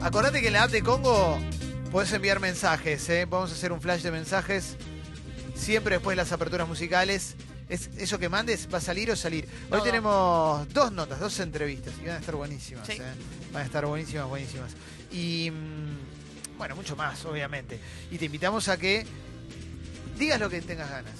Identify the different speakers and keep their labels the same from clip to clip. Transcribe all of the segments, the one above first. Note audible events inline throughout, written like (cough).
Speaker 1: Acordate que en la app de Congo podés enviar mensajes, ¿eh? Vamos a hacer un flash de mensajes. Siempre después de las aperturas musicales. Es eso que mandes va a salir o salir. Hoy
Speaker 2: Todo.
Speaker 1: tenemos dos notas, dos entrevistas. Y van a estar buenísimas.
Speaker 2: Sí.
Speaker 1: ¿eh? Van a estar buenísimas, buenísimas. Y mm, bueno, mucho más, obviamente. Y te invitamos a que digas lo que tengas ganas.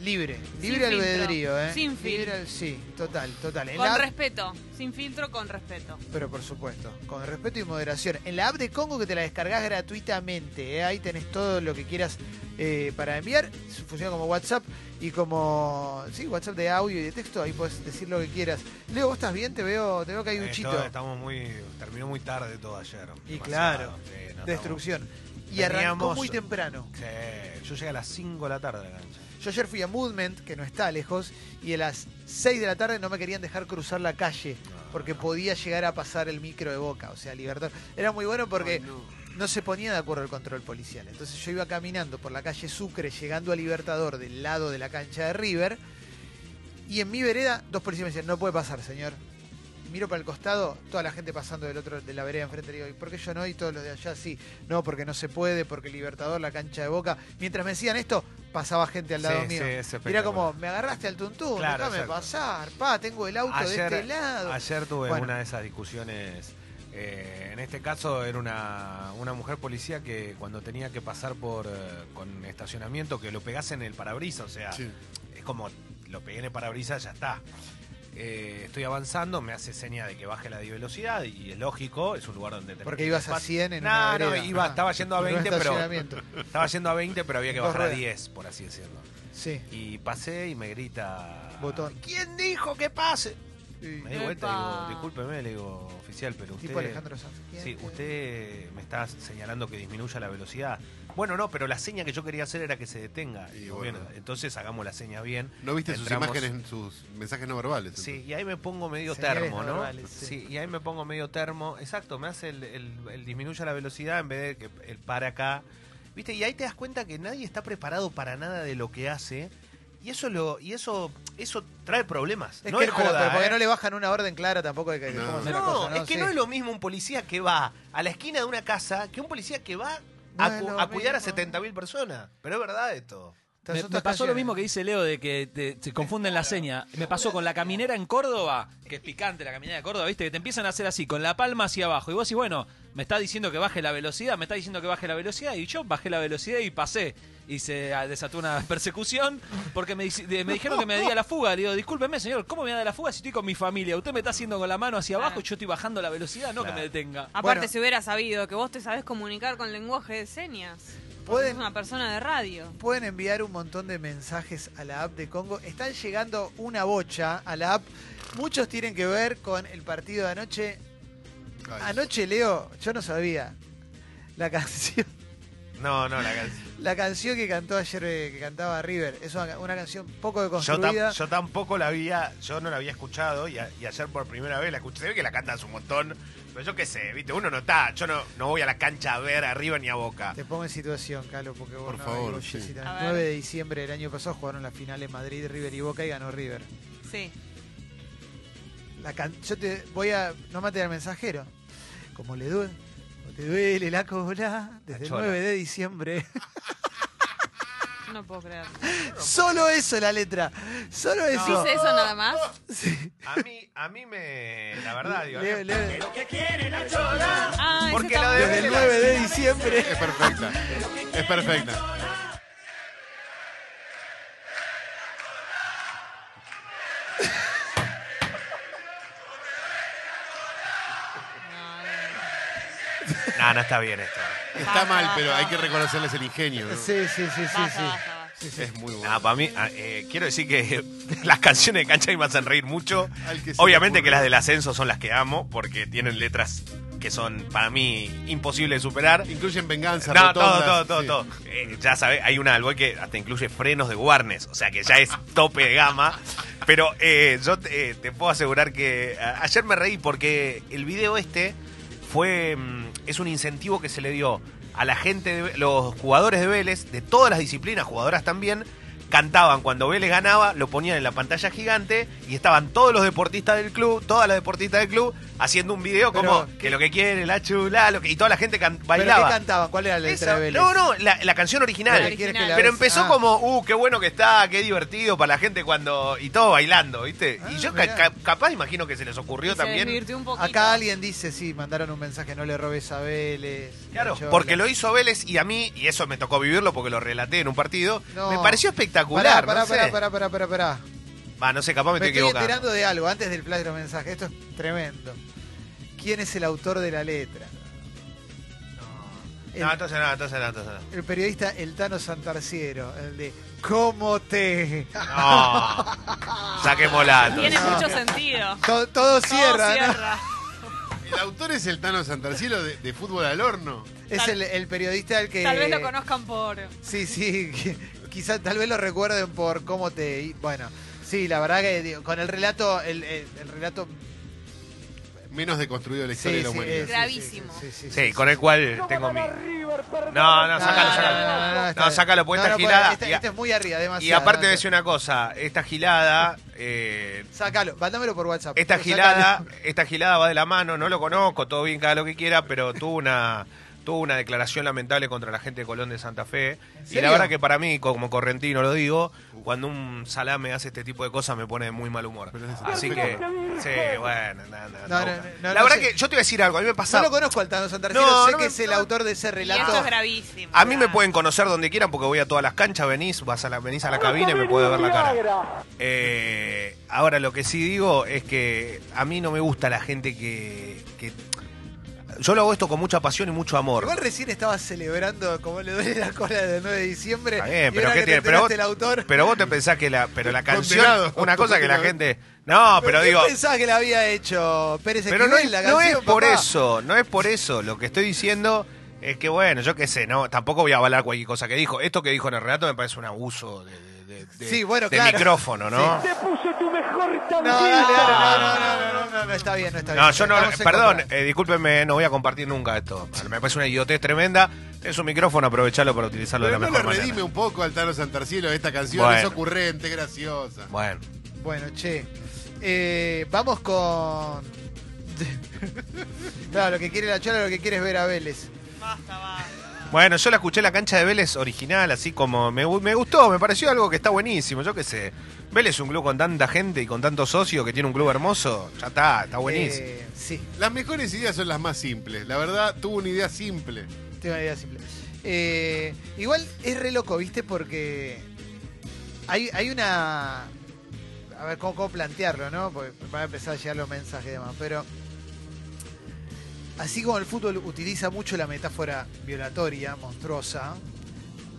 Speaker 1: Libre,
Speaker 3: Sin
Speaker 1: libre
Speaker 3: filtro.
Speaker 1: albedrío, ¿eh?
Speaker 3: Sin fil-
Speaker 1: Libre al- Sí, total, total. En la
Speaker 3: Con
Speaker 1: app-
Speaker 3: respeto, sin filtro, con respeto.
Speaker 1: pero por supuesto, con respeto y moderación. En la app de Congo que te la descargas gratuitamente, ¿eh? ahí tenés todo lo que quieras eh, para enviar. Funciona como WhatsApp y como sí, WhatsApp de audio y de texto, ahí puedes decir lo que quieras. Leo, ¿vos estás bien? Te veo, te veo que hay un
Speaker 4: Eh,
Speaker 1: chito.
Speaker 4: todo- estamos muy. Terminó muy tarde todo ayer.
Speaker 1: Y
Speaker 4: Demasiado,
Speaker 1: claro,
Speaker 4: sí, no
Speaker 1: Destrucción. Y
Speaker 4: Teníamos-
Speaker 1: arrancó muy temprano.
Speaker 4: estamos- sí, yo llegué a las 5 de la tarde a la cancha.
Speaker 1: Yo ayer fui a Movement, que no está lejos, y a las 6 de la tarde no me querían dejar cruzar la calle porque podía llegar a pasar el micro de boca, o sea, libertad. Era muy bueno porque no se ponía de acuerdo el control policial. Entonces yo iba caminando por la calle Sucre, llegando a Libertador del lado de la cancha de River, y en mi vereda dos policías me decían, no puede pasar, señor. Miro para el costado, toda la gente pasando del otro de la vereda enfrente, le digo, ¿y por qué yo no? Y todos los de allá sí, no, porque no se puede, porque Libertador, la cancha de boca. Mientras me decían esto, pasaba gente al lado
Speaker 4: Sí,
Speaker 1: mío.
Speaker 4: sí,
Speaker 1: Y
Speaker 4: es
Speaker 1: era
Speaker 4: espectacular.
Speaker 1: como, me agarraste al tuntún,
Speaker 4: Claro,
Speaker 1: déjame
Speaker 4: exacto.
Speaker 1: pasar, pa, tengo el auto de este lado.
Speaker 4: ayer tuve
Speaker 1: Bueno.
Speaker 4: una de esas discusiones. eh, en este caso era una, una mujer policía que cuando tenía que pasar por eh, con estacionamiento que lo pegase en el parabrisas, o sea, es como lo pegué en el parabrisas, ya está. Eh, estoy avanzando, me hace seña de que baje la de velocidad y es lógico, es un lugar donde tenés
Speaker 1: Porque
Speaker 4: que
Speaker 1: ibas a
Speaker 4: pasar.
Speaker 1: 100 en
Speaker 4: No,
Speaker 1: una
Speaker 4: no,
Speaker 1: vereda.
Speaker 4: iba,
Speaker 1: Ajá.
Speaker 4: estaba yendo a
Speaker 1: (laughs) En un
Speaker 4: 20, pero
Speaker 1: estacionamiento.
Speaker 4: estaba yendo a 20, pero había que
Speaker 1: Dos
Speaker 4: bajar a
Speaker 1: ruedas.
Speaker 4: 10, por así decirlo. (laughs)
Speaker 1: Sí.
Speaker 4: Y pasé y me grita.
Speaker 1: Botón.
Speaker 4: ¿Quién dijo que pase?
Speaker 1: Y-
Speaker 4: Me di vuelta y
Speaker 3: Epa.
Speaker 4: digo, discúlpeme, le digo, oficial, pero usted.
Speaker 1: Tipo Alejandro Sanz.
Speaker 4: Sí, usted me está señalando que disminuya la velocidad. Bueno, no, pero la seña que yo quería hacer era que se detenga.
Speaker 5: Y
Speaker 4: Digo,
Speaker 5: bueno.
Speaker 4: bien, entonces hagamos la seña bien.
Speaker 5: ¿No viste
Speaker 4: Entramos-
Speaker 5: sus imágenes, sus mensajes no verbales?
Speaker 4: Sí, y ahí me pongo medio
Speaker 1: Señales
Speaker 4: termo, ¿no?
Speaker 1: verbales, sí.
Speaker 4: sí. y ahí me pongo medio termo. Exacto, me hace el, el- el disminuya la velocidad en vez de que el para acá. ¿Viste? Y ahí te das cuenta que nadie está preparado para nada de lo que hace. Y eso lo y eso eso trae problemas.
Speaker 1: Es
Speaker 4: no
Speaker 1: que
Speaker 4: es
Speaker 1: pero-
Speaker 4: joda,
Speaker 1: pero porque
Speaker 4: ¿eh?
Speaker 1: no le bajan una orden clara tampoco de que- de
Speaker 5: No.
Speaker 1: cómo hacer las
Speaker 4: No,
Speaker 1: cosas,
Speaker 4: es que
Speaker 1: Sí.
Speaker 4: no es lo mismo un policía que va a la esquina de una casa que un policía que va a,
Speaker 1: No es
Speaker 4: cu-
Speaker 1: lo
Speaker 4: a cuidar a
Speaker 1: mismo.
Speaker 4: 70.000 personas. Pero es verdad esto.
Speaker 1: Estas
Speaker 6: Me,
Speaker 1: otras
Speaker 6: me pasó
Speaker 1: canciones-
Speaker 6: lo mismo que dice Leo de que te- se confunden la seña. Me pasó con la caminera en Córdoba, que es picante la caminera de Córdoba, ¿viste? Que te empiezan a hacer así, con la palma hacia abajo. Y vos decís, bueno, me está diciendo que baje la velocidad, me está diciendo que baje la velocidad. Y yo bajé la velocidad y pasé. Y se ah, desató una (laughs) persecución porque me, dice- de- me dijeron que me diera la fuga. Le digo, discúlpeme, señor, ¿cómo me da la fuga si estoy con mi familia? Usted me está haciendo con la mano hacia abajo y yo estoy bajando la velocidad, no
Speaker 4: Claro.
Speaker 6: que me detenga.
Speaker 1: Bueno.
Speaker 3: Aparte, si hubiera sabido que vos te sabés comunicar con lenguaje de señas,
Speaker 1: Pueden-
Speaker 3: es una persona de radio.
Speaker 1: Pueden enviar un montón de mensajes a la app de Congo. Están llegando una bocha a la app. Muchos tienen que ver con el partido de anoche.
Speaker 5: Ay,
Speaker 1: Anoche, Leo, yo no sabía. La (laughs) canción,
Speaker 4: No, no, la canción.
Speaker 1: la canción que cantó ayer, eh, que cantaba River, es una, una canción poco
Speaker 4: Yo, tam-
Speaker 1: deconstruida.
Speaker 4: yo tampoco la había, yo no la había escuchado y, a- y ayer por primera vez la escuché. Se ve que la cantas un montón, pero yo qué sé, viste, uno no está, yo no, no voy a la cancha a ver arriba ni a boca.
Speaker 1: Te pongo en situación, Calo, porque vos
Speaker 5: Por
Speaker 1: no,
Speaker 5: favor,
Speaker 1: y vos,
Speaker 5: sí.
Speaker 1: Jessy,
Speaker 3: A
Speaker 1: El
Speaker 3: ver.
Speaker 1: 9 de diciembre del año pasado jugaron la final en Madrid, River y Boca y ganó River.
Speaker 3: Sí.
Speaker 1: La can- Yo te voy a. No mate al mensajero. Como le duele. como te duele la cola desde el
Speaker 4: chola.
Speaker 1: 9 de
Speaker 4: (laughs)
Speaker 1: diciembre. (laughs)
Speaker 3: No puedo creer.
Speaker 1: Solo eso la letra. Solo eso.
Speaker 3: ¿Dice eso nada más?
Speaker 1: Sí.
Speaker 4: A mí, a mí me, la verdad, digo,
Speaker 1: Le- le-
Speaker 3: Ah, ese
Speaker 4: Porque
Speaker 3: está
Speaker 1: (laughs)
Speaker 3: muy
Speaker 4: lo de-
Speaker 1: desde el 9 de diciembre.
Speaker 5: Es perfecta. Es perfecta.
Speaker 4: no, no está bien esto.
Speaker 5: Está mal, pero hay que reconocerles el ingenio. ¿no?
Speaker 1: Sí, sí, sí, sí.
Speaker 3: Basta,
Speaker 1: sí.
Speaker 3: basta, basta.
Speaker 5: Es muy bueno.
Speaker 4: No, para mí, ah, eh, quiero decir que (laughs) las canciones de Cancha me hacen reír mucho.
Speaker 5: Al que se le
Speaker 4: Obviamente
Speaker 5: ocurre.
Speaker 4: que las del ascenso son las que amo, porque tienen letras que son para mí imposibles de superar.
Speaker 5: Incluyen venganza,
Speaker 4: No, todo,
Speaker 5: rotondas,
Speaker 4: todo, todo,
Speaker 5: sí.
Speaker 4: todo. Eh, ya sabés, hay una del Boy que hasta incluye frenos de Warnes, o sea que ya es tope de gama. Pero eh, yo te, eh, te puedo asegurar que a- ayer me reí porque el video este fue mm, es un incentivo que se le dio a la gente, de, Ve- los jugadores de Vélez, de todas las disciplinas, jugadoras también, cantaban cuando Vélez ganaba, lo ponían en la pantalla gigante y estaban todos los deportistas del club, todas las deportistas del club haciendo un video
Speaker 1: Pero,
Speaker 4: como
Speaker 1: ¿qué?
Speaker 4: que lo que quiere, la chula, lo que, y toda la gente can-
Speaker 1: ¿Pero
Speaker 4: bailaba.
Speaker 1: qué cantaban? ¿Cuál era la letra
Speaker 4: Esa-
Speaker 1: de Vélez?
Speaker 4: no, no, la, la canción
Speaker 1: ¿Cuál
Speaker 4: original.
Speaker 1: quieres que la
Speaker 3: Original.
Speaker 4: Pero
Speaker 1: ves?
Speaker 4: empezó
Speaker 1: Ah.
Speaker 4: como, uh, qué bueno que está, qué divertido para la gente cuando. y todo bailando, ¿viste?
Speaker 1: Ah,
Speaker 4: y yo ca-
Speaker 1: mirá.
Speaker 4: ca- capaz imagino que se les ocurrió
Speaker 3: Y se
Speaker 4: también.
Speaker 3: desvirtió un poquito.
Speaker 1: Acá alguien dice, sí, mandaron un mensaje, no le robes a Vélez.
Speaker 4: Claro,
Speaker 1: Nachola.
Speaker 4: porque lo hizo Vélez y a mí, y eso me tocó vivirlo porque lo relaté en un partido,
Speaker 1: No.
Speaker 4: me pareció espectacular.
Speaker 1: Pará,
Speaker 4: no sé.
Speaker 1: pará, pará, pará, pará, pará.
Speaker 4: Va, no sé, capaz me,
Speaker 1: Me estoy
Speaker 4: estoy equivocando.
Speaker 1: enterando de algo antes del flash de los mensajes. Esto es tremendo. ¿Quién es el autor de la letra? El,
Speaker 4: No, entonces no, entonces no, entonces
Speaker 1: (laughs)
Speaker 4: no.
Speaker 1: el periodista El Tano Santarciero, el de ¿Cómo te?
Speaker 4: No. Saquémosla. entonces.
Speaker 3: Tiene mucho sentido.
Speaker 1: To- todo
Speaker 3: Todo
Speaker 1: cierra, ¿no?
Speaker 3: cierra.
Speaker 5: El autor es el Tano Santarcielo de, de Fútbol al Horno.
Speaker 1: Es el, el periodista el que.
Speaker 3: Tal vez lo conozcan por.
Speaker 1: Sí, sí. Quizás tal vez lo recuerden por cómo te. y- Bueno, sí, la verdad que digo, con el relato, el, el- el relato.
Speaker 5: Menos deconstruido de la historia
Speaker 1: sí,
Speaker 5: de la
Speaker 1: sí,
Speaker 5: humanidad.
Speaker 1: es- sí,
Speaker 3: Gravísimo.
Speaker 1: Sí, sí, sí,
Speaker 4: Sí,
Speaker 1: sí.
Speaker 4: con el cual tengo mi. No, no,
Speaker 1: Ah,
Speaker 4: sácalo, sácalo.
Speaker 1: está
Speaker 4: No,
Speaker 1: bien.
Speaker 4: sácalo, porque esta
Speaker 1: puede-
Speaker 4: gilada-
Speaker 1: esta-
Speaker 4: y
Speaker 1: esta
Speaker 4: a-
Speaker 1: este, es muy arriba, demasiado.
Speaker 4: Y aparte de
Speaker 1: demasiado.
Speaker 4: decir una cosa, esta gilada, eh,
Speaker 1: Sácalo, mándamelo por WhatsApp.
Speaker 4: esta
Speaker 1: Sácalo.
Speaker 4: gilada, esta gilada va de la mano, no lo conozco, todo bien, cada lo que quiera, pero tuvo una, tuvo una declaración lamentable contra la gente de Colón de Santa Fe. Y
Speaker 1: serio?
Speaker 4: la verdad que para mí, como correntino lo digo, cuando un salame hace este tipo de cosas me pone de muy mal humor.
Speaker 5: Pero es-
Speaker 4: Así que, sí, bueno, nada, nada,
Speaker 1: No, no,
Speaker 4: no.
Speaker 1: no,
Speaker 4: La
Speaker 1: no
Speaker 4: verdad
Speaker 1: sé.
Speaker 4: que yo te voy a decir algo, a mí me pasa.
Speaker 1: No lo conozco al Tano Santarciero,
Speaker 4: No,
Speaker 1: sé
Speaker 4: no
Speaker 1: que
Speaker 4: me-
Speaker 1: es el
Speaker 4: no.
Speaker 1: autor de ese
Speaker 3: Y esto
Speaker 1: relato.
Speaker 3: es gravísimo.
Speaker 4: A mí me
Speaker 3: ¿verdad?
Speaker 4: pueden conocer donde quieran porque voy a todas las canchas, venís, vas a la, venís a la cabina y me puede ver la cara. Eh, ahora, lo que sí digo es que a mí no me gusta la gente que, que- Yo lo hago esto con mucha pasión y mucho amor.
Speaker 1: Igual recién estaba celebrando como le duele la cola del 9 de diciembre.
Speaker 4: Está bien,
Speaker 1: y
Speaker 4: pero
Speaker 1: ahora
Speaker 4: ¿qué
Speaker 1: que
Speaker 4: tiene?
Speaker 1: te
Speaker 4: Pero vos,
Speaker 1: enteraste el autor.
Speaker 4: pero vos te pensás que la, pero la canción...
Speaker 5: Condenado.
Speaker 4: Una cosa que la gente...
Speaker 5: Condenado.
Speaker 4: No, pero
Speaker 1: ¿quién
Speaker 4: digo...
Speaker 1: pensaba que la había hecho Pérez
Speaker 4: Pero no
Speaker 1: Esquivel,
Speaker 4: es,
Speaker 1: la
Speaker 4: no
Speaker 1: canción,
Speaker 4: es por
Speaker 1: papá?
Speaker 4: eso, no es por eso. Lo que estoy diciendo es que, bueno, yo qué sé, no, tampoco voy a avalar cualquier cosa que dijo. Esto que dijo en el relato me parece un abuso de, de- de-
Speaker 1: Sí, bueno,
Speaker 4: de
Speaker 1: claro.
Speaker 4: micrófono, ¿no?
Speaker 1: No, dale, dale, no, no, no, no, no, no, no, está bien, no está bien.
Speaker 4: No, yo no,
Speaker 1: Estamos en
Speaker 4: perdón,
Speaker 1: contra.
Speaker 4: eh, discúlpenme, no voy a compartir nunca esto. Me parece una idiotez tremenda. Es un micrófono, aprovechalo para utilizarlo
Speaker 5: Pero
Speaker 4: de la
Speaker 5: no lo
Speaker 4: mejor manera.
Speaker 5: redime un poco al Tano Santarcielo esta canción.
Speaker 4: Bueno.
Speaker 5: Es ocurrente, graciosa.
Speaker 4: Bueno,
Speaker 1: Bueno, che. Eh, vamos con. (laughs) claro, lo que quiere la chola, lo que quiere es ver a Vélez.
Speaker 3: Basta, basta.
Speaker 4: bueno, yo la escuché en la cancha de Vélez original, así como me, gu- me gustó, me pareció algo que está buenísimo, yo qué sé. Vélez es un club con tanta gente y con tantos socios que tiene un club hermoso, ya está, está Ah, buenísimo.
Speaker 1: Eh, sí,
Speaker 5: Las mejores ideas son las más simples. La verdad, tuvo una idea simple.
Speaker 1: tengo una idea simple. Eh, igual es re loco, ¿viste? Porque hay, hay una. A ver, ¿cómo, cómo plantearlo, no? Porque van a empezar a llegar los mensajes y demás. Pero. Así como el fútbol utiliza mucho la metáfora violatoria, monstruosa,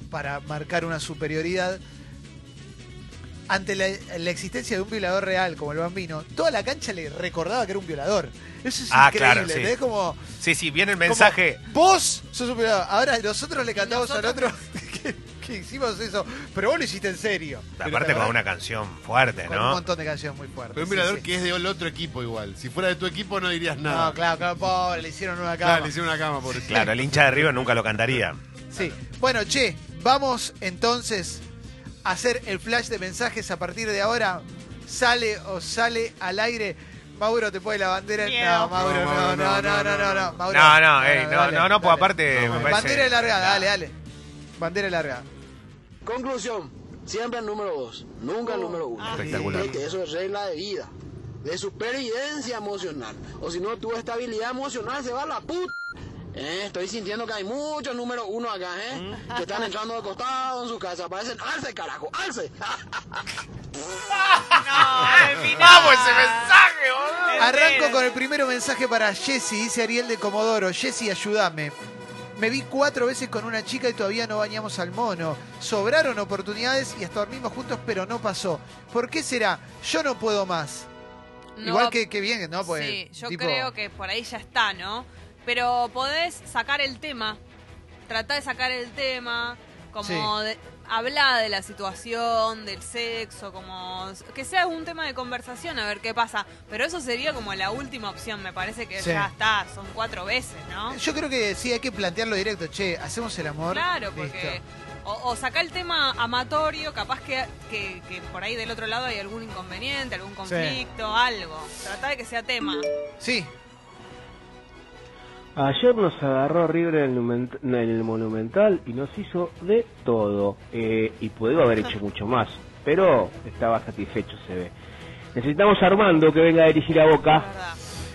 Speaker 1: para marcar una superioridad. Ante la, la existencia de un violador real como el bambino, toda la cancha le recordaba que era un violador. Eso es
Speaker 4: Ah,
Speaker 1: increíble,
Speaker 4: claro, sí.
Speaker 1: ¿entendés? Como,
Speaker 4: Sí, sí, viene el mensaje.
Speaker 1: Como, vos sos un violador. Ahora nosotros le cantamos al
Speaker 3: Nosotros.
Speaker 1: otro (laughs) que, que hicimos eso. Pero vos lo hiciste en serio. Pero
Speaker 4: Aparte
Speaker 1: la
Speaker 4: con
Speaker 1: verdad,
Speaker 4: una canción fuerte,
Speaker 1: con un
Speaker 4: ¿no?
Speaker 1: montón de canciones muy fuertes.
Speaker 5: Pero un
Speaker 1: sí,
Speaker 5: mirador
Speaker 1: sí.
Speaker 5: que es del otro equipo igual. Si fuera de tu equipo no dirías nada.
Speaker 1: No, claro, claro, pobre, le hicieron una cama.
Speaker 5: Claro, le hicieron una cama por
Speaker 4: Claro, el hincha de Río nunca lo cantaría.
Speaker 1: Sí. Bueno, che, vamos entonces a hacer el flash de mensajes a partir de ahora. Sale o sale al aire. Mauro te pone la bandera.
Speaker 3: Miedo.
Speaker 1: No, Mauro, no, no, no, no, no, no. Mauro,
Speaker 4: No, no, ey, no,
Speaker 1: dale,
Speaker 4: no, no, pues
Speaker 1: dale.
Speaker 4: aparte
Speaker 5: No,
Speaker 4: me
Speaker 5: bueno.
Speaker 4: parece.
Speaker 1: Bandera largada, dale, dale. Bandera largada.
Speaker 2: Conclusión, siempre el número dos, nunca el número uno.
Speaker 4: Espectacular.
Speaker 2: Vete, Eso es regla de vida, de supervivencia emocional. O si no, tu estabilidad emocional se va a la puta. Eh, estoy sintiendo que hay muchos número uno acá, ¿eh? Que están entrando de costado en su casa. Parecen, alce, carajo, alce.
Speaker 1: (laughs)
Speaker 3: No, al final.
Speaker 4: ¡Vamos ese mensaje, boludo!
Speaker 1: Arranco con el primero mensaje para Jesse, dice Ariel de Comodoro. Jesse, ayúdame. Me vi cuatro veces con una chica y todavía no bañamos al mono. Sobraron oportunidades y hasta dormimos juntos, pero no pasó. ¿Por qué será? Yo no puedo más.
Speaker 3: No
Speaker 1: Igual
Speaker 3: va-
Speaker 1: que, que bien, ¿no? Pues,
Speaker 3: sí, yo
Speaker 1: tipo,
Speaker 3: creo que por ahí ya está, ¿no? Pero podés sacar el tema. Tratá de sacar el tema. Como
Speaker 1: Sí.
Speaker 3: de- habla de la situación, del sexo, como que sea un tema de conversación, a ver qué pasa. Pero eso sería como la última opción, me parece que
Speaker 1: Sí.
Speaker 3: ya está, son cuatro veces, ¿no?
Speaker 1: Yo creo que sí, hay que plantearlo directo. Che, hacemos el amor.
Speaker 3: Claro, porque
Speaker 1: Listo.
Speaker 3: o, o sacá el tema amatorio, capaz que, que, que por ahí del otro lado hay algún inconveniente, algún conflicto, algo. Tratá de que sea tema.
Speaker 1: Sí,
Speaker 7: Ayer nos agarró River en el, Monument- en el Monumental y nos hizo de todo. Eh, y pudo haber hecho mucho más, pero estaba satisfecho, se ve. Necesitamos a Armando que venga a dirigir a
Speaker 3: la
Speaker 7: Boca.
Speaker 3: verdad.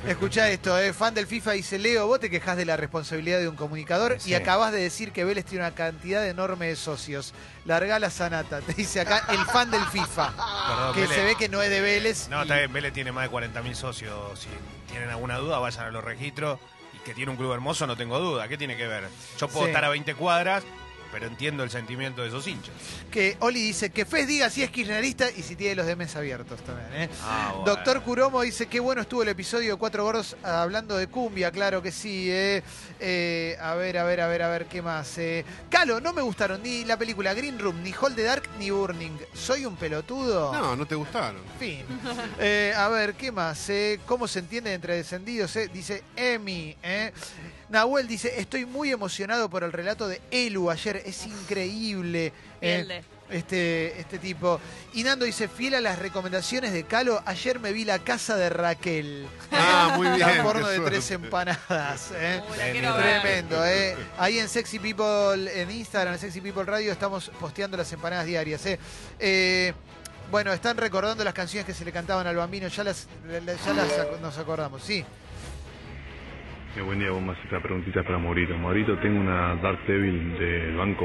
Speaker 1: Escuchá esto, eh, fan del FIFA dice, Leo, vos te quejas de la responsabilidad de un comunicador
Speaker 4: Sí.
Speaker 1: y acabás de decir que Vélez tiene una cantidad enorme de socios. Largá la sanata, (laughs) te dice acá el fan del FIFA,
Speaker 4: Perdón,
Speaker 1: que
Speaker 4: Vélez.
Speaker 1: se ve que no es de Vélez.
Speaker 4: No,
Speaker 1: y-
Speaker 4: está bien, Vélez tiene más de 40.000 socios. Si tienen alguna duda, vayan a los registros. Y que tiene un club hermoso, no tengo duda. ¿Qué tiene que ver? Yo puedo
Speaker 1: Sí.
Speaker 4: estar a 20 cuadras, pero entiendo el sentimiento de esos hinchas.
Speaker 1: Que Oli dice que Fez diga si es kirchnerista y si tiene los demes abiertos también. ¿eh?
Speaker 4: Ah, bueno.
Speaker 1: Doctor Curomo dice que bueno estuvo el episodio de Cuatro Gordos ah, hablando de cumbia, claro que sí. ¿eh? Eh, a ver, a ver, a ver, a ver, ¿qué más? eh? Calo, no me gustaron ni la película Green Room, ni Hall the Dark, ni Burning. ¿Soy un pelotudo?
Speaker 5: No, no te gustaron.
Speaker 1: Fin. (laughs) Eh, a ver, ¿qué más? eh? ¿Cómo se entiende entre descendidos? eh? Dice Emi. eh. Nahuel dice, estoy muy emocionado por el relato de Elu ayer, es increíble. eh,
Speaker 3: Pierde.
Speaker 1: este, este tipo. Y Nando dice, fiel a las recomendaciones de Calo, ayer me vi la casa de Raquel.
Speaker 5: Ah,
Speaker 1: (laughs)
Speaker 5: muy bien.
Speaker 1: La porno
Speaker 5: qué
Speaker 1: de tres
Speaker 5: suerte.
Speaker 1: empanadas. ¿eh?
Speaker 3: Uh, la quiero ver.
Speaker 1: Tremendo, ¿eh? Ahí en Sexy People, en Instagram, en Sexy People Radio, estamos posteando las empanadas diarias, ¿eh? Eh, bueno, están recordando las canciones que se le cantaban al bambino, ya las, ya las ac- nos acordamos, sí.
Speaker 8: Eh, buen día, vamos a hacer la preguntita para Maurito. Maurito, tengo una Dark Devil del banco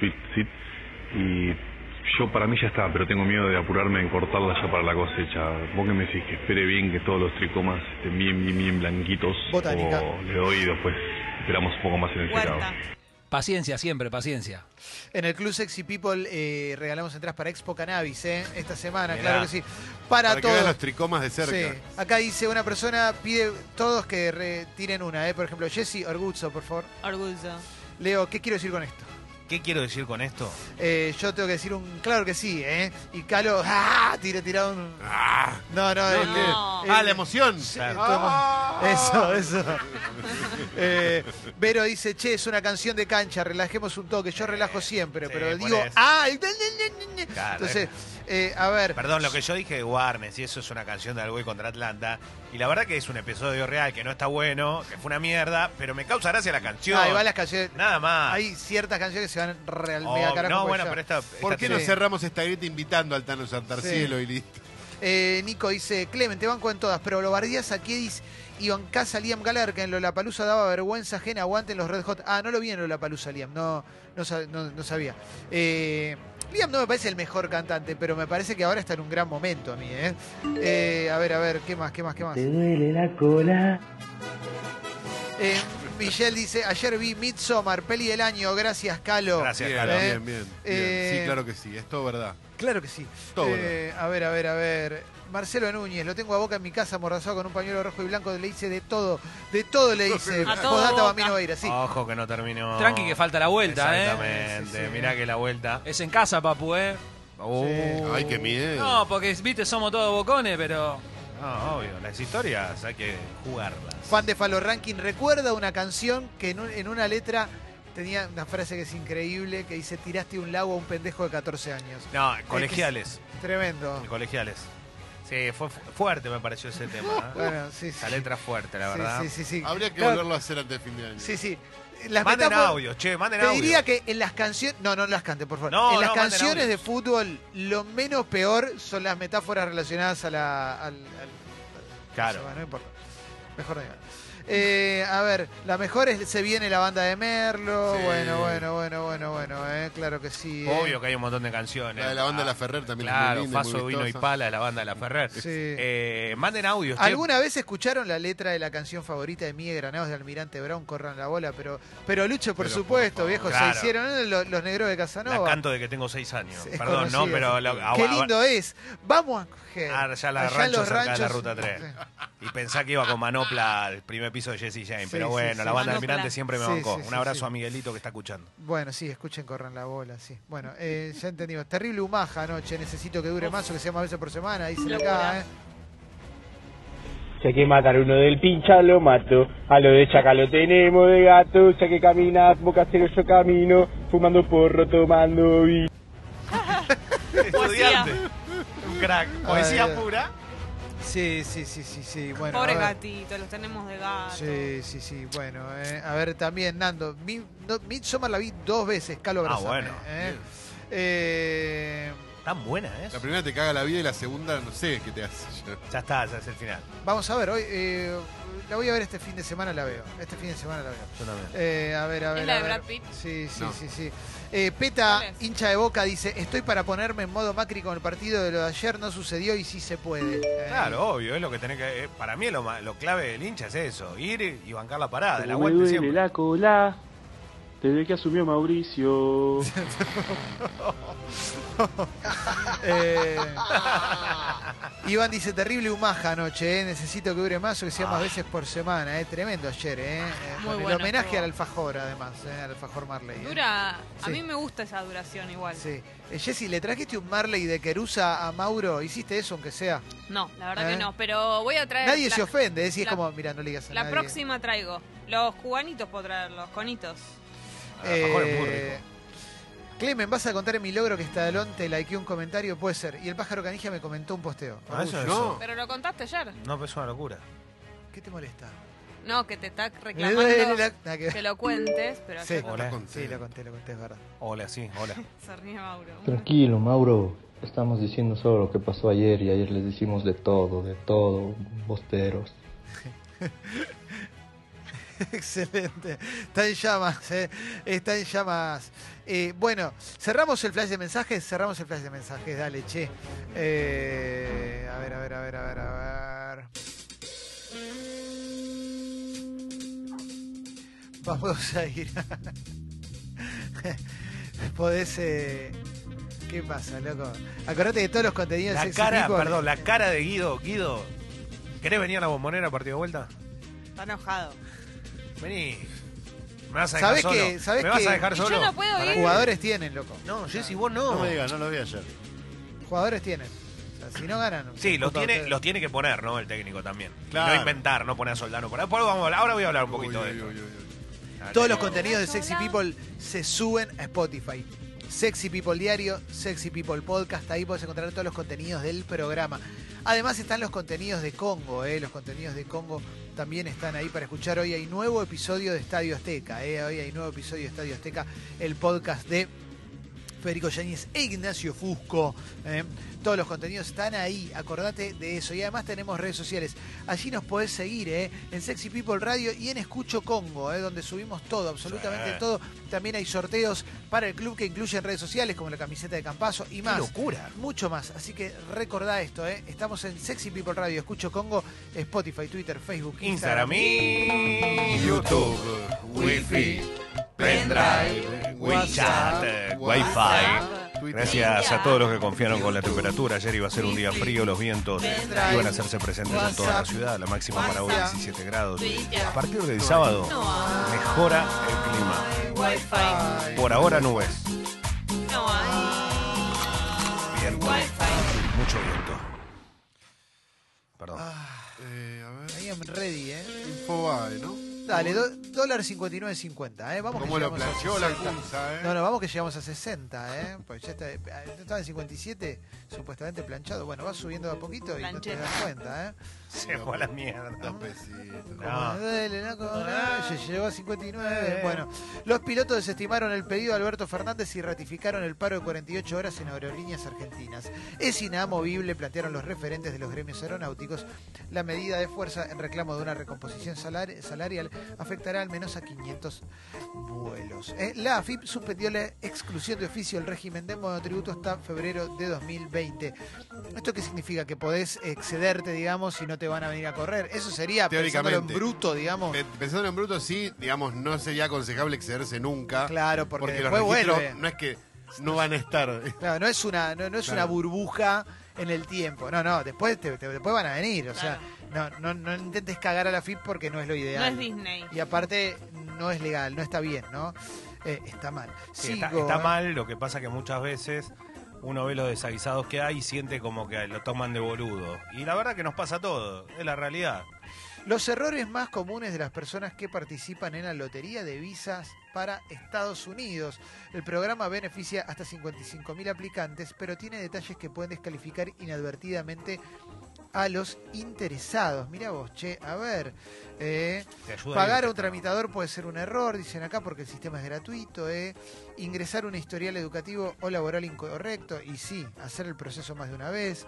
Speaker 8: Sweet Seed y yo para mí ya está, pero tengo miedo de apurarme en cortarla ya para la cosecha. Vos que me decís que espere bien que todos los tricomas estén bien, bien, bien blanquitos.
Speaker 1: Botánica.
Speaker 8: O le doy y después esperamos un poco más en el secado.
Speaker 3: Huerta.
Speaker 6: Paciencia, siempre, paciencia.
Speaker 1: En el Club Sexy People eh, regalamos entradas para Expo Cannabis, ¿eh? Esta semana,
Speaker 4: Mirá.
Speaker 1: claro que sí. Para,
Speaker 5: Para que veas
Speaker 1: todos.
Speaker 5: los tricomas de cerca.
Speaker 1: Sí. Acá dice una persona, pide todos que retiren una, ¿eh? Por ejemplo, Jesse Orguzzo, por favor.
Speaker 3: Orgullo.
Speaker 1: Leo, ¿qué quiero decir con esto?
Speaker 4: ¿Qué quiero decir con esto?
Speaker 1: Eh, yo tengo que decir un claro que sí, ¿eh? Y Calo, (laughs) ¡ah! Tira, tira un.
Speaker 5: Ah,
Speaker 1: No, no,
Speaker 5: no,
Speaker 1: el-
Speaker 5: que-
Speaker 1: el-
Speaker 5: ah, la emoción.
Speaker 1: Eh,
Speaker 5: Ah.
Speaker 1: Sí,
Speaker 4: Claro.
Speaker 1: toma. Eso, eso. Eh, Vero dice, che, es una canción de cancha, relajemos un toque. Yo relajo siempre,
Speaker 4: sí,
Speaker 1: pero
Speaker 4: por
Speaker 1: digo,
Speaker 4: eso.
Speaker 1: ¡ah! el- ne- ne- ne- ne".
Speaker 4: Claro,
Speaker 1: Entonces, eh, a ver.
Speaker 4: Perdón, lo que yo dije de Warnes, y eso es una canción de Alboy contra Atlanta. Y la verdad que es un episodio real que no está bueno, que fue una mierda, pero me causa gracia la canción.
Speaker 1: Ahí van las canciones.
Speaker 4: Nada más.
Speaker 1: Hay ciertas canciones que se van
Speaker 4: Oh,
Speaker 1: realmente a carajo.
Speaker 4: no,
Speaker 1: porque
Speaker 4: bueno,
Speaker 1: ya-
Speaker 4: pero esta.
Speaker 5: ¿Por
Speaker 4: esta
Speaker 5: qué no
Speaker 4: tiene-
Speaker 1: Sí.
Speaker 5: cerramos esta grita invitando al Tano Santarcielo
Speaker 1: Sí.
Speaker 5: y listo?
Speaker 1: Eh, Nico dice, Clemente, banco en todas, pero lo bardías a Kiedis y bancás a Liam Galar, que en Lollapalooza daba vergüenza ajena, aguanten los Red Hot. Ah, no lo vi en Lollapalooza, Liam, no, no, sa- no- no sabía. Eh, Liam no me parece el mejor cantante, pero me parece que ahora está en un gran momento a mí, ¿eh? Eh, a ver, a ver, ¿qué más, qué más, qué más?
Speaker 7: duele la cola.
Speaker 1: Eh, Michelle dice, ayer vi Midsommar, peli del año, gracias, Calo.
Speaker 4: Gracias,
Speaker 5: Bien,
Speaker 4: Carlos.
Speaker 1: Eh,
Speaker 5: bien, bien, bien.
Speaker 1: eh,
Speaker 5: Sí, claro que sí, es todo verdad.
Speaker 1: Claro que sí.
Speaker 5: Todo
Speaker 1: Eh, a ver, a ver, a ver. Marcelo Núñez, lo tengo a boca en mi casa, amordazado con un pañuelo rojo y blanco, le hice de todo, de todo le hice.
Speaker 3: A todo
Speaker 1: Podata
Speaker 3: Boca.
Speaker 1: Bambino Beira, sí.
Speaker 4: Ojo que no terminó.
Speaker 6: Tranqui que falta la vuelta, ¿eh?
Speaker 4: Exactamente.
Speaker 1: Sí, sí, sí.
Speaker 4: Mirá que la vuelta.
Speaker 6: Es en casa, papu, ¿eh?
Speaker 4: Uh,
Speaker 5: Ay, qué miedo.
Speaker 6: No, porque, viste, somos todos bocones, pero...
Speaker 4: No, obvio. Las historias hay que jugarlas.
Speaker 1: Fan de Falo Ranking recuerda una canción que en, un- en una letra tenía una frase que es increíble, que dice, tiraste un lago a un pendejo de 14 años.
Speaker 4: No, colegiales.
Speaker 1: Tremendo.
Speaker 4: Colegiales. Sí, fue fu- fuerte me pareció ese tema. ¿eh?
Speaker 1: Bueno, sí, sí.
Speaker 4: La letra fuerte, la
Speaker 1: Sí,
Speaker 4: verdad.
Speaker 1: Sí, sí, sí.
Speaker 5: Habría que
Speaker 1: Claro,
Speaker 5: volverlo a hacer antes de fin de año.
Speaker 1: Sí, sí. Las
Speaker 4: Manden
Speaker 1: metáforas-
Speaker 4: audio, che, manden
Speaker 1: Te
Speaker 4: audio.
Speaker 1: diría que en las canciones. No, no las cante, por favor.
Speaker 4: No,
Speaker 1: en las
Speaker 4: no, manden
Speaker 1: canciones de
Speaker 4: audios.
Speaker 1: fútbol, lo menos peor son las metáforas relacionadas a la. al- al-
Speaker 4: Claro.
Speaker 1: No importa. Mejor no digo. Eh, a ver, la mejor es Se viene la banda de Merlo.
Speaker 5: Sí.
Speaker 1: Bueno, bueno, bueno, bueno, bueno, eh, claro que sí. eh.
Speaker 4: Obvio que hay un montón de canciones.
Speaker 5: La de la banda
Speaker 4: Ah,
Speaker 5: La Ferrer también es muy
Speaker 4: Claro,
Speaker 5: linda y muy
Speaker 4: Faso, Vino y
Speaker 5: vistosa.
Speaker 4: Pala, la banda de La Ferrer.
Speaker 1: Sí.
Speaker 4: Eh, manden audio. che.
Speaker 1: ¿Alguna vez escucharon la letra de la canción favorita de Miguel Granados de Almirante Brown, Corran la bola? Pero, pero Lucho, por
Speaker 5: Pero, por
Speaker 1: supuesto,
Speaker 5: favor.
Speaker 1: viejo,
Speaker 4: Claro.
Speaker 1: se hicieron eh, los, los negros de
Speaker 4: La
Speaker 1: Casanova.
Speaker 4: canto de que tengo seis años.
Speaker 1: Es
Speaker 4: Perdón, no,
Speaker 1: conocida,
Speaker 4: pero.
Speaker 1: sí.
Speaker 4: la- ah,
Speaker 1: Qué
Speaker 4: ah,
Speaker 1: lindo es. Vamos a coger.
Speaker 4: Ah, ya la
Speaker 1: Allá en
Speaker 4: rancho
Speaker 1: los
Speaker 4: cerca de la
Speaker 1: ranchos- (laughs)
Speaker 4: ruta 3. Y pensá que iba con Manopla al primer piso de Jesse James.
Speaker 1: Sí,
Speaker 4: pero
Speaker 1: sí,
Speaker 4: bueno,
Speaker 1: sí.
Speaker 4: la banda
Speaker 3: Manopla.
Speaker 4: del Mirante siempre me
Speaker 1: Sí,
Speaker 4: bancó.
Speaker 1: sí, sí,
Speaker 4: Un abrazo
Speaker 1: sí.
Speaker 4: a Miguelito que está (laughs) escuchando.
Speaker 1: Bueno, sí, escuchen, corran la bola, sí. Bueno, eh, ya entendimos. Terrible humaja anoche, necesito que dure más o que sea más veces por semana, dicen acá, ¿eh?
Speaker 7: Si hay que matar a uno del pincha, lo mato. A lo de chaca lo tenemos de gato. Ya que caminas, boca cero yo camino. Fumando porro, tomando vino.
Speaker 4: Estudiante. Un crack. Poesía
Speaker 1: Ay, Dios.
Speaker 4: pura.
Speaker 1: Sí, sí, sí, sí, sí. Bueno,
Speaker 3: Pobre
Speaker 1: a ver.
Speaker 3: gatito, los tenemos de gato.
Speaker 1: Sí, sí, sí. Bueno, eh, a ver, también, Nando. Mi, no, Midsommar la vi dos veces, Calo
Speaker 4: Ah,
Speaker 1: Abrazame,
Speaker 4: bueno.
Speaker 1: eh. Eh,
Speaker 4: Tan buena, ¿eh?
Speaker 5: La primera te caga la vida y la segunda no sé qué te hace. (laughs)
Speaker 4: Ya está, ya es el final.
Speaker 1: vamos a ver, hoy eh, la voy a ver este fin de semana, la veo. Este fin de semana la veo.
Speaker 4: Yo también.
Speaker 1: Eh, a ver, a ver.
Speaker 3: la
Speaker 1: a
Speaker 3: de
Speaker 1: ver.
Speaker 3: Brad Pitt?
Speaker 1: Sí, sí,
Speaker 5: No.
Speaker 1: sí, sí. Eh, Peta,
Speaker 3: ¿Cuál es?
Speaker 1: hincha de boca, dice: Estoy para ponerme en modo Macri con el partido de lo de ayer, no sucedió y sí se puede. Eh,
Speaker 4: Claro, obvio, es lo que tenés que. eh, para mí, lo, ma- lo clave del hincha es eso: ir y bancar la parada, el
Speaker 7: Me
Speaker 4: aguante
Speaker 7: duele
Speaker 4: siempre.
Speaker 7: la cola desde que asumió Mauricio.
Speaker 1: eh, Iván dice: Terrible humaja anoche, eh, necesito que dure más o que sea más veces por semana. Eh, tremendo ayer, eh. eh,
Speaker 3: Muy
Speaker 1: con el
Speaker 3: bueno
Speaker 1: homenaje
Speaker 3: estuvo.
Speaker 1: al alfajor, además, eh, al alfajor Marley. eh.
Speaker 3: Dura,
Speaker 1: Sí.
Speaker 3: a mí me gusta esa duración igual.
Speaker 1: Sí. Eh, Jessy, ¿le trajiste un Marley de Querusa a Mauro? ¿Hiciste eso, aunque sea?
Speaker 3: No, la verdad
Speaker 1: ¿Eh?
Speaker 3: que no, pero voy a traer...
Speaker 1: Nadie
Speaker 3: la,
Speaker 1: se ofende, eh, si es
Speaker 3: la-
Speaker 1: como, mira, no le digas a
Speaker 3: La
Speaker 1: nadie.
Speaker 3: próxima traigo. Los cubanitos puedo traer, los conitos.
Speaker 4: El alfajor es muy rico.
Speaker 1: Eh, Clemen, vas a contar mi logro que Estadalón te likeó un comentario, puede ser. Y el pájaro canija me comentó un posteo.
Speaker 4: No, Ah, eso es
Speaker 5: No.
Speaker 3: Pero lo contaste ayer.
Speaker 4: No, pero es una locura.
Speaker 1: ¿Qué te molesta?
Speaker 3: No, que te está
Speaker 1: Me (laughs)
Speaker 3: reclamando
Speaker 1: duele la- Nada que ver.
Speaker 3: que lo cuentes, pero
Speaker 1: Sí.
Speaker 3: ayer
Speaker 4: Hola.
Speaker 5: Está contento.
Speaker 1: Sí, lo conté, lo conté, es verdad.
Speaker 4: Hola, sí, hola.
Speaker 3: se ríe Mauro.
Speaker 9: (laughs) Tranquilo, Mauro. Estamos diciendo solo lo que pasó ayer y ayer les decimos de todo, de todo, bosteros.
Speaker 1: (laughs) Excelente. Está en llamas, eh. Está en llamas. Eh, bueno, cerramos el flash de mensajes, cerramos el flash de mensajes, dale, che. Eh, a ver, a ver, a ver, a ver, a ver. Vamos a (laughs) ir. a- Podés. eh, ¿Qué pasa, loco? Acordate que todos los contenidos
Speaker 4: La
Speaker 1: sexy
Speaker 4: cara,
Speaker 1: people-
Speaker 4: perdón, la cara de Guido. Guido, ¿querés venir a la bombonera a partido de vuelta?
Speaker 3: Está enojado.
Speaker 4: Vení. Me vas a dejar
Speaker 1: ¿Sabés
Speaker 4: solo.
Speaker 1: que- sabés
Speaker 4: ¿Me vas
Speaker 1: que-
Speaker 4: a dejar
Speaker 3: Y yo
Speaker 4: solo?
Speaker 3: no puedo
Speaker 4: Pará.
Speaker 3: ir.
Speaker 1: Jugadores tienen, loco.
Speaker 4: No, Jessy, vos no.
Speaker 5: No me digas, no lo vi ayer.
Speaker 1: Jugadores tienen. O sea, si no ganan.
Speaker 4: Sí, los
Speaker 1: puta,
Speaker 4: tiene,
Speaker 1: ustedes.
Speaker 4: los tiene que poner, ¿no? El técnico también.
Speaker 5: Claro.
Speaker 4: No inventar, no poner a Soldano. Por ahí. Después vamos a hablar- ahora voy a hablar un poquito
Speaker 5: Uy,
Speaker 4: de
Speaker 5: uy,
Speaker 4: eso.
Speaker 5: uy, uy,
Speaker 1: Todos los contenidos de Sexy People se suben a Spotify. Sexy People Diario, Sexy People Podcast, ahí podés encontrar todos los contenidos del programa. Además están los contenidos de Congo, ¿eh? los contenidos de Congo también están ahí para escuchar. Hoy hay nuevo episodio de Estadio Azteca, ¿eh? hoy hay nuevo episodio de Estadio Azteca, el podcast de Federico Yáñez e Ignacio Fusco. ¿eh? Todos los contenidos están ahí, acordate de eso. Y además tenemos redes sociales. Allí nos podés seguir ¿eh? en Sexy People Radio y en Escucho Congo, ¿eh? donde subimos todo, absolutamente
Speaker 4: Sí.
Speaker 1: todo. También hay sorteos para el club que incluyen redes sociales como la camiseta de Campazo y más.
Speaker 4: locura!
Speaker 1: Mucho más. Así que recordá esto, ¿eh? estamos en Sexy People Radio, Escucho Congo, Spotify, Twitter, Facebook,
Speaker 4: Instagram y
Speaker 5: YouTube, Wi-Fi,
Speaker 3: pendrive,
Speaker 4: WeChat, eh, Wi-Fi.
Speaker 5: Twitter.
Speaker 4: Gracias a todos los que confiaron con la temperatura. Ayer iba a ser un día frío, los vientos iban a hacerse presentes en toda la ciudad. La máxima para hoy 17 grados. A partir del sábado
Speaker 3: No.
Speaker 4: mejora el clima.
Speaker 3: Wi-Fi.
Speaker 4: Por ahora nubes.
Speaker 3: No hay
Speaker 4: Viento,
Speaker 3: Wi-Fi.
Speaker 4: mucho viento. Perdón. (laughs)
Speaker 5: Eh, a ver.
Speaker 1: I am ready, ¿eh?
Speaker 5: Infobae, ¿no?
Speaker 1: Dale, do- dólar 59.50, ¿eh? Vamos que
Speaker 5: Como lo
Speaker 1: llegamos a
Speaker 5: planteó la
Speaker 1: 60.
Speaker 5: Kunza, ¿eh?
Speaker 1: No, no, vamos que llegamos a 60, ¿eh? Pues ya está, eh, estaba en 57, supuestamente planchado. Bueno, vas subiendo de a poquito y no te
Speaker 3: Plancheta.
Speaker 1: das cuenta, ¿eh?
Speaker 4: Se fue a la mierda.
Speaker 5: Está pesito.
Speaker 4: No.
Speaker 1: Como, dale, no, como, no, se llegó a 59. Bueno, los pilotos desestimaron el pedido de Alberto Fernández y ratificaron el paro de 48 horas en aerolíneas argentinas. Es inamovible, plantearon los referentes de los gremios aeronáuticos. La medida de fuerza en reclamo de una recomposición salar- salarial afectará al menos a 500 vuelos. Eh, la AFIP suspendió la exclusión de oficio del régimen de monotributo hasta febrero de 2020. ¿Esto qué significa? Que podés excederte, digamos, y no te van a venir a correr. Eso sería, pensándolo en
Speaker 5: Teóricamente.
Speaker 1: bruto, digamos.
Speaker 5: Pe- Pensando en bruto, sí, digamos, no sería aconsejable excederse nunca.
Speaker 1: Claro, porque
Speaker 5: los
Speaker 1: después
Speaker 5: registros
Speaker 1: vuelve.
Speaker 5: no es que no van a estar.
Speaker 1: Claro, no es una, no, no es
Speaker 5: Claro.
Speaker 1: una burbuja en el tiempo. No, no, después te, te- después van a venir. O sea, no, no, no intentes cagar a la FIP porque no es lo
Speaker 3: No
Speaker 1: ideal.
Speaker 3: es Disney.
Speaker 1: y aparte, no es legal, no está bien, ¿no? Eh, está mal.
Speaker 4: Sí, está,
Speaker 1: Sigo,
Speaker 4: está
Speaker 1: ¿eh?
Speaker 4: mal, lo que pasa que muchas veces uno ve los desaguisados que hay y siente como que lo toman de boludo. Y la verdad que nos pasa todo, es la realidad.
Speaker 1: Los errores más comunes de las personas que participan en la lotería de visas para Estados Unidos. El programa beneficia hasta 55.000 aplicantes, pero tiene detalles que pueden descalificar inadvertidamente a los interesados. Mirá vos, che, a ver. eh,
Speaker 4: Te ayuda
Speaker 1: pagar a
Speaker 4: ahí.
Speaker 1: un tramitador puede ser un error, dicen acá, porque el sistema es gratuito. eh. Ingresar un historial educativo o laboral incorrecto, y sí, hacer el proceso más de una vez.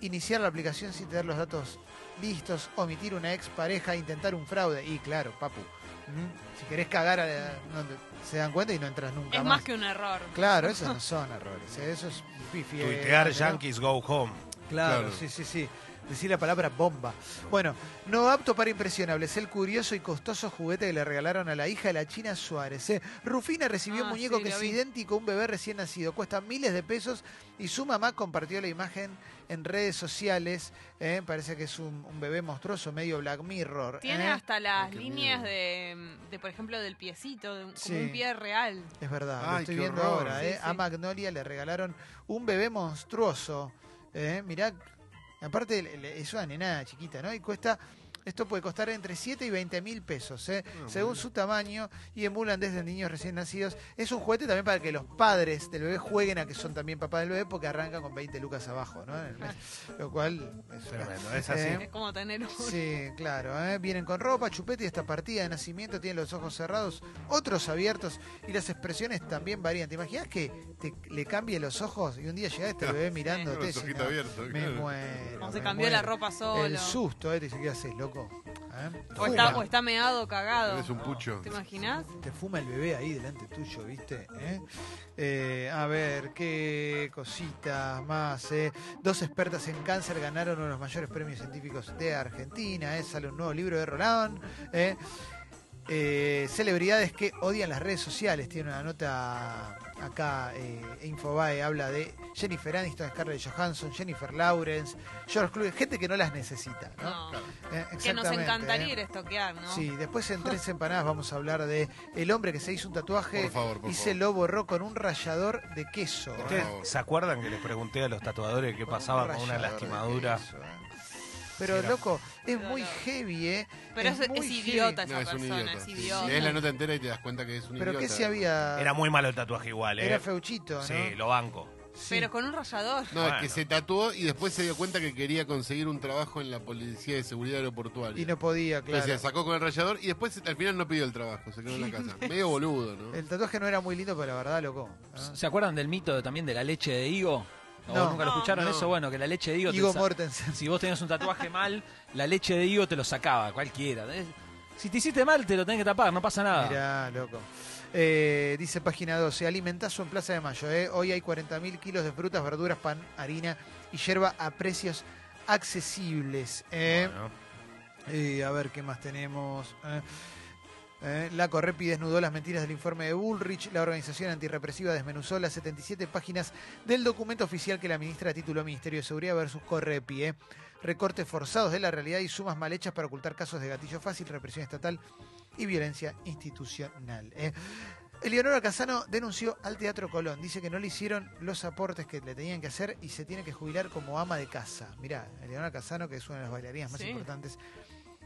Speaker 1: Iniciar la aplicación sin tener los datos listos. Omitir una expareja, intentar un fraude. Y claro, papu. mm, Si querés cagar, a la- no te- se dan cuenta y no entras nunca
Speaker 3: Es
Speaker 1: más.
Speaker 3: más que un error.
Speaker 1: Claro, esos no son errores. eh, Eso es pifi. eh,
Speaker 4: Tuitear
Speaker 1: pero-
Speaker 4: Yankees Go Home.
Speaker 1: Claro,
Speaker 5: Claro.
Speaker 1: sí, sí, sí. Decir la palabra bomba. Bueno, no apto para impresionables. El curioso y costoso juguete que le regalaron a la hija de la China Suárez. ¿eh? Rufina recibió
Speaker 3: Ah,
Speaker 1: un muñeco
Speaker 3: sí,
Speaker 1: que
Speaker 3: lo
Speaker 1: es
Speaker 3: vi.
Speaker 1: idéntico a un bebé recién nacido. Cuesta miles de pesos y su mamá compartió la imagen en redes sociales. ¿eh? Parece que es un, un bebé monstruoso, medio Black Mirror.
Speaker 3: Tiene
Speaker 1: ¿eh?
Speaker 3: hasta las
Speaker 5: Ay, qué
Speaker 3: líneas
Speaker 5: miedo.
Speaker 3: de, de, por ejemplo, del piecito, de un- como
Speaker 1: Sí.
Speaker 3: un pie real.
Speaker 1: Es verdad, lo
Speaker 5: Ay,
Speaker 1: estoy
Speaker 5: qué
Speaker 1: viendo
Speaker 5: horror.
Speaker 1: ahora.
Speaker 3: Sí,
Speaker 1: ¿eh?
Speaker 3: sí.
Speaker 1: A Magnolia le regalaron un bebé monstruoso. ¿eh? Mirá, aparte le- le- es una nenada chiquita, ¿no? Y cuesta, esto puede costar entre 7 y 20 mil pesos, ¿eh?
Speaker 5: Ah,
Speaker 1: según su tamaño, y emulan desde niños recién nacidos. Es un juguete también para que los padres del bebé jueguen a que son también papá del bebé, porque arrancan con 20 lucas abajo, ¿no? En el mes.
Speaker 5: Ah.
Speaker 1: Lo cual es una-
Speaker 4: Tremendo, es así.
Speaker 1: ¿Eh?
Speaker 3: Es como tener un...
Speaker 1: Sí, claro. ¿eh? Vienen con ropa, chupete y esta partida de nacimiento tienen los ojos cerrados, otros abiertos y las expresiones también varían. ¿Te imaginas que te- le cambie los ojos y un día llega este
Speaker 5: (laughs)
Speaker 1: bebé mirándote?
Speaker 5: (laughs) Con los
Speaker 1: dice,
Speaker 5: ojitos
Speaker 1: "No,
Speaker 5: abiertos,
Speaker 1: Me
Speaker 5: claro.
Speaker 1: muero.
Speaker 3: Como se
Speaker 1: me
Speaker 3: cambió la
Speaker 1: muero".
Speaker 3: ropa solo.
Speaker 1: El susto, ¿eh? Te dice, ¿qué haces, loco? ¿Eh?
Speaker 3: O está,
Speaker 1: Fuma.
Speaker 3: o está meado, cagado.
Speaker 5: Eres un pucho.
Speaker 3: ¿Te imaginas?
Speaker 1: Te fuma el bebé ahí delante tuyo, ¿viste? ¿Eh? Eh, a ver, qué cositas más. eh. Dos expertas en cáncer ganaron uno de los mayores premios científicos de Argentina. eh. Sale un nuevo libro de Rolán. eh. Eh, celebridades que odian las redes sociales. Tiene una nota acá, eh, Infobae habla de Jennifer Aniston, Scarlett Johansson, Jennifer Lawrence, George Clooney, gente que no las necesita. ¿no?
Speaker 3: No.
Speaker 1: Eh,
Speaker 3: Que nos
Speaker 1: exactamente,
Speaker 3: encantaría
Speaker 1: eh.
Speaker 3: ir a estoquear, ¿no?
Speaker 1: Sí, después en tres empanadas vamos a hablar de el hombre que se hizo un tatuaje
Speaker 5: Por favor, por
Speaker 1: y
Speaker 5: favor.
Speaker 1: se lo borró con un rallador de queso.
Speaker 5: Por
Speaker 1: ¿eh?
Speaker 4: ¿Ustedes
Speaker 5: favor.
Speaker 4: se acuerdan que les pregunté a los tatuadores qué
Speaker 1: Con un
Speaker 4: pasaba con una
Speaker 1: rallador de
Speaker 4: lastimadura?
Speaker 1: queso, ¿eh? Pero loco, es
Speaker 3: Qué
Speaker 1: muy
Speaker 3: dolor.
Speaker 1: heavy, ¿eh?
Speaker 3: Pero es,
Speaker 1: muy
Speaker 3: es
Speaker 1: heavy.
Speaker 3: idiota esa
Speaker 5: No, es un
Speaker 3: persona,
Speaker 5: idiota.
Speaker 3: es
Speaker 5: Sí,
Speaker 3: idiota.
Speaker 5: Lees la nota entera y te das cuenta que es un
Speaker 1: Pero
Speaker 5: idiota.
Speaker 1: que si había...
Speaker 5: eh.
Speaker 4: Era muy malo el tatuaje igual, ¿eh?
Speaker 1: Era feuchito, ¿no?
Speaker 4: Sí, lo banco.
Speaker 1: Sí.
Speaker 3: Pero con un rallador.
Speaker 5: No,
Speaker 4: Bueno.
Speaker 5: es que se tatuó y después se dio cuenta que quería conseguir un trabajo en la Policía de Seguridad Aeroportuaria.
Speaker 1: Y no podía,
Speaker 5: Entonces
Speaker 1: claro.
Speaker 5: se sacó con el rayador y después al final no pidió el trabajo, se quedó en la
Speaker 1: (laughs)
Speaker 5: casa. Medio boludo, ¿no?
Speaker 1: El tatuaje no era muy lindo, pero la verdad, loco. ¿eh?
Speaker 6: ¿Se acuerdan del mito de- también de la leche de higo? ¿O
Speaker 1: No.
Speaker 6: ¿Nunca lo
Speaker 3: No.
Speaker 6: escucharon
Speaker 5: No.
Speaker 6: eso? Bueno, que la leche de higo... te
Speaker 1: Hugo
Speaker 6: sa-
Speaker 1: Mortensen.
Speaker 6: si vos tenías un tatuaje mal, la leche de higo te lo sacaba, cualquiera. Es- Si te hiciste mal, te lo tenés que tapar, no pasa nada.
Speaker 1: Mirá, loco. Eh, dice página 12, alimentazo en Plaza de Mayo. eh. Hoy hay 40.000 kilos de frutas, verduras, pan, harina y hierba a precios accesibles. eh.
Speaker 4: Bueno.
Speaker 1: Eh, a ver qué más tenemos. eh. Eh, la Correpi desnudó las mentiras del informe de Bullrich. La organización antirrepresiva desmenuzó las 77 páginas del documento oficial que la ministra tituló Ministerio de Seguridad versus Correpi. eh. Recortes forzados de la realidad y sumas mal hechas para ocultar casos de gatillo fácil, represión estatal y violencia institucional. eh. Eleonora Casano denunció al Teatro Colón. Dice que no le hicieron los aportes que le tenían que hacer y se tiene que jubilar como ama de casa. Mirá, Eleonora Casano, que es una de las bailarinas más
Speaker 3: Sí.
Speaker 1: importantes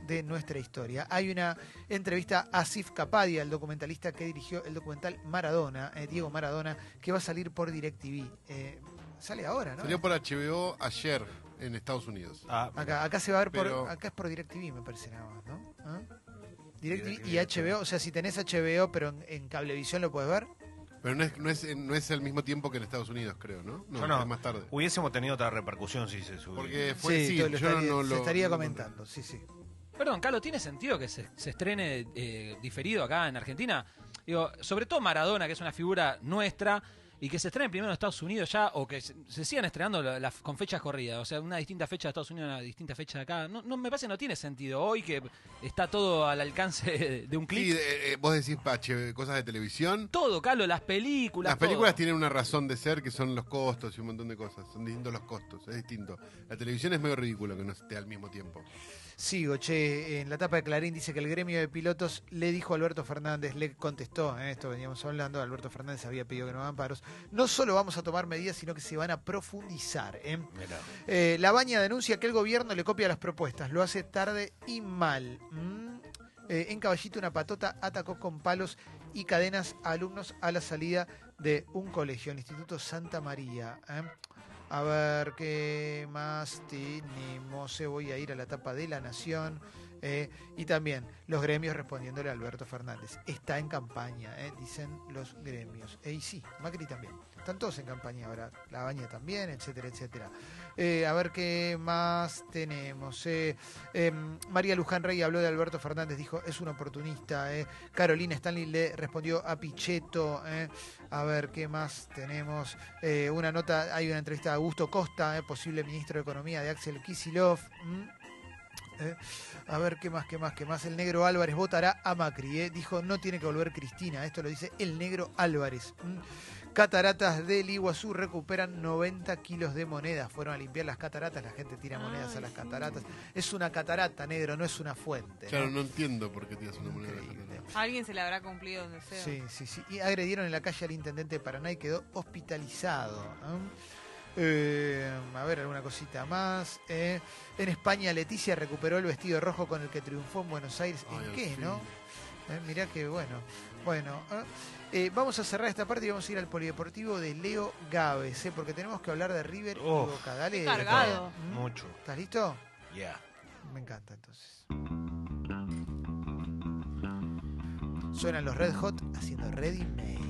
Speaker 1: de nuestra historia. Hay una entrevista a Asif Kapadia, el documentalista que dirigió el documental Maradona, eh, Diego Maradona, que va a salir por DirecTV. Eh, sale ahora, ¿no?
Speaker 5: Salió por HBO ayer en Estados Unidos.
Speaker 4: Ah,
Speaker 1: Acá, acá se va a ver por.
Speaker 5: Pero-
Speaker 1: Acá es por DirecTV, me parece nada más, ¿no? ¿Ah? DirecTV y HBO. O sea, si tenés HBO, pero en, en cablevisión lo puedes ver.
Speaker 5: Pero no es, no, es, no es al mismo tiempo que en Estados Unidos, creo, ¿no? No,
Speaker 4: Yo no. Uh,
Speaker 5: es más tarde.
Speaker 4: Hubiésemos tenido otra repercusión si se subiera.
Speaker 5: Porque fue sí,
Speaker 1: todo
Speaker 5: yo
Speaker 1: lo estaría-
Speaker 5: no
Speaker 1: se
Speaker 5: lo...
Speaker 1: estaría
Speaker 5: no lo-
Speaker 1: comentando, sí, sí.
Speaker 6: Perdón, Carlos, ¿tiene sentido que se, se estrene eh, diferido acá en Argentina? Digo, sobre todo Maradona, que es una figura nuestra, y que se estrene primero en Estados Unidos ya, o que se, se sigan estrenando la- las- con fechas corridas, o sea, una distinta fecha de Estados Unidos, una distinta fecha de acá. No, no, me parece que no tiene sentido. Hoy que está todo al alcance de, de un clic.
Speaker 5: Sí, eh, eh, vos decís, Pache, cosas de televisión.
Speaker 6: Todo, Carlos, las películas.
Speaker 5: Las películas
Speaker 6: todo.
Speaker 5: tienen una razón de ser que son los costos y un montón de cosas. Son distintos los costos, es distinto. La televisión es medio ridículo que no esté al mismo tiempo.
Speaker 1: Sigo, che, en la tapa de Clarín dice que el gremio de pilotos le dijo a Alberto Fernández, le contestó, eh, esto veníamos hablando, Alberto Fernández había pedido que no hagan paros, no solo vamos a tomar medidas, sino que se van a profundizar. eh.
Speaker 4: Mirá.
Speaker 1: Eh, la Baña denuncia que el gobierno le copia las propuestas, lo hace tarde y mal. Mm. Eh, en Caballito una patota atacó con palos y cadenas a alumnos a la salida de un colegio, el Instituto Santa María. ¿eh? A ver qué más tenemos. Se voy a ir a la tapa de la nación. Eh, y también los gremios respondiéndole a Alberto Fernández. Está en campaña, eh, dicen los gremios. Eh, y sí, Macri también. Están todos en campaña ahora. La baña también, etcétera, etcétera. Eh, a ver qué más tenemos. eh. Em, María Luján Rey habló de Alberto Fernández, dijo, es un oportunista. eh. Carolina Stanley le respondió a Pichetto. eh. A ver qué más tenemos. Eh, una nota, hay una entrevista a Augusto Costa, eh, posible ministro de Economía de Axel Kisilov. mm, eh. A ver qué más, qué más, qué más. El negro Álvarez votará a Macri. eh. Dijo, no tiene que volver Cristina. Esto lo dice el negro Álvarez. Mm. Cataratas del Iguazú recuperan 90 kilos de monedas. Fueron a limpiar las cataratas, la gente tira monedas
Speaker 3: Ay,
Speaker 1: a las
Speaker 3: sí.
Speaker 1: cataratas. Es una catarata, negro, no es una fuente.
Speaker 5: Claro,
Speaker 1: ¿no?
Speaker 5: no entiendo por qué tiras una moneda.
Speaker 1: Increíble.
Speaker 3: A alguien se le habrá cumplido un deseo.
Speaker 1: Sí, sí, sí. Y agredieron en la calle al intendente de Paraná y quedó hospitalizado. ¿no? Eh, a ver, alguna cosita más. eh. En España, Leticia recuperó el vestido rojo con el que triunfó en Buenos Aires.
Speaker 5: Ay,
Speaker 1: ¿En
Speaker 5: al
Speaker 1: qué,
Speaker 5: fin.
Speaker 1: no? Eh, mirá que bueno. Bueno, ah, eh, vamos a cerrar esta parte y vamos a ir al polideportivo de Leo Gávez, eh, porque tenemos que hablar de River
Speaker 4: Uf,
Speaker 1: y Boca. Dale.
Speaker 3: qué cargado.
Speaker 1: ¿Mm?
Speaker 4: Mucho.
Speaker 1: ¿Estás listo?
Speaker 4: Yeah.
Speaker 1: Me encanta entonces. Suenan los Red Hot haciendo Ready Made.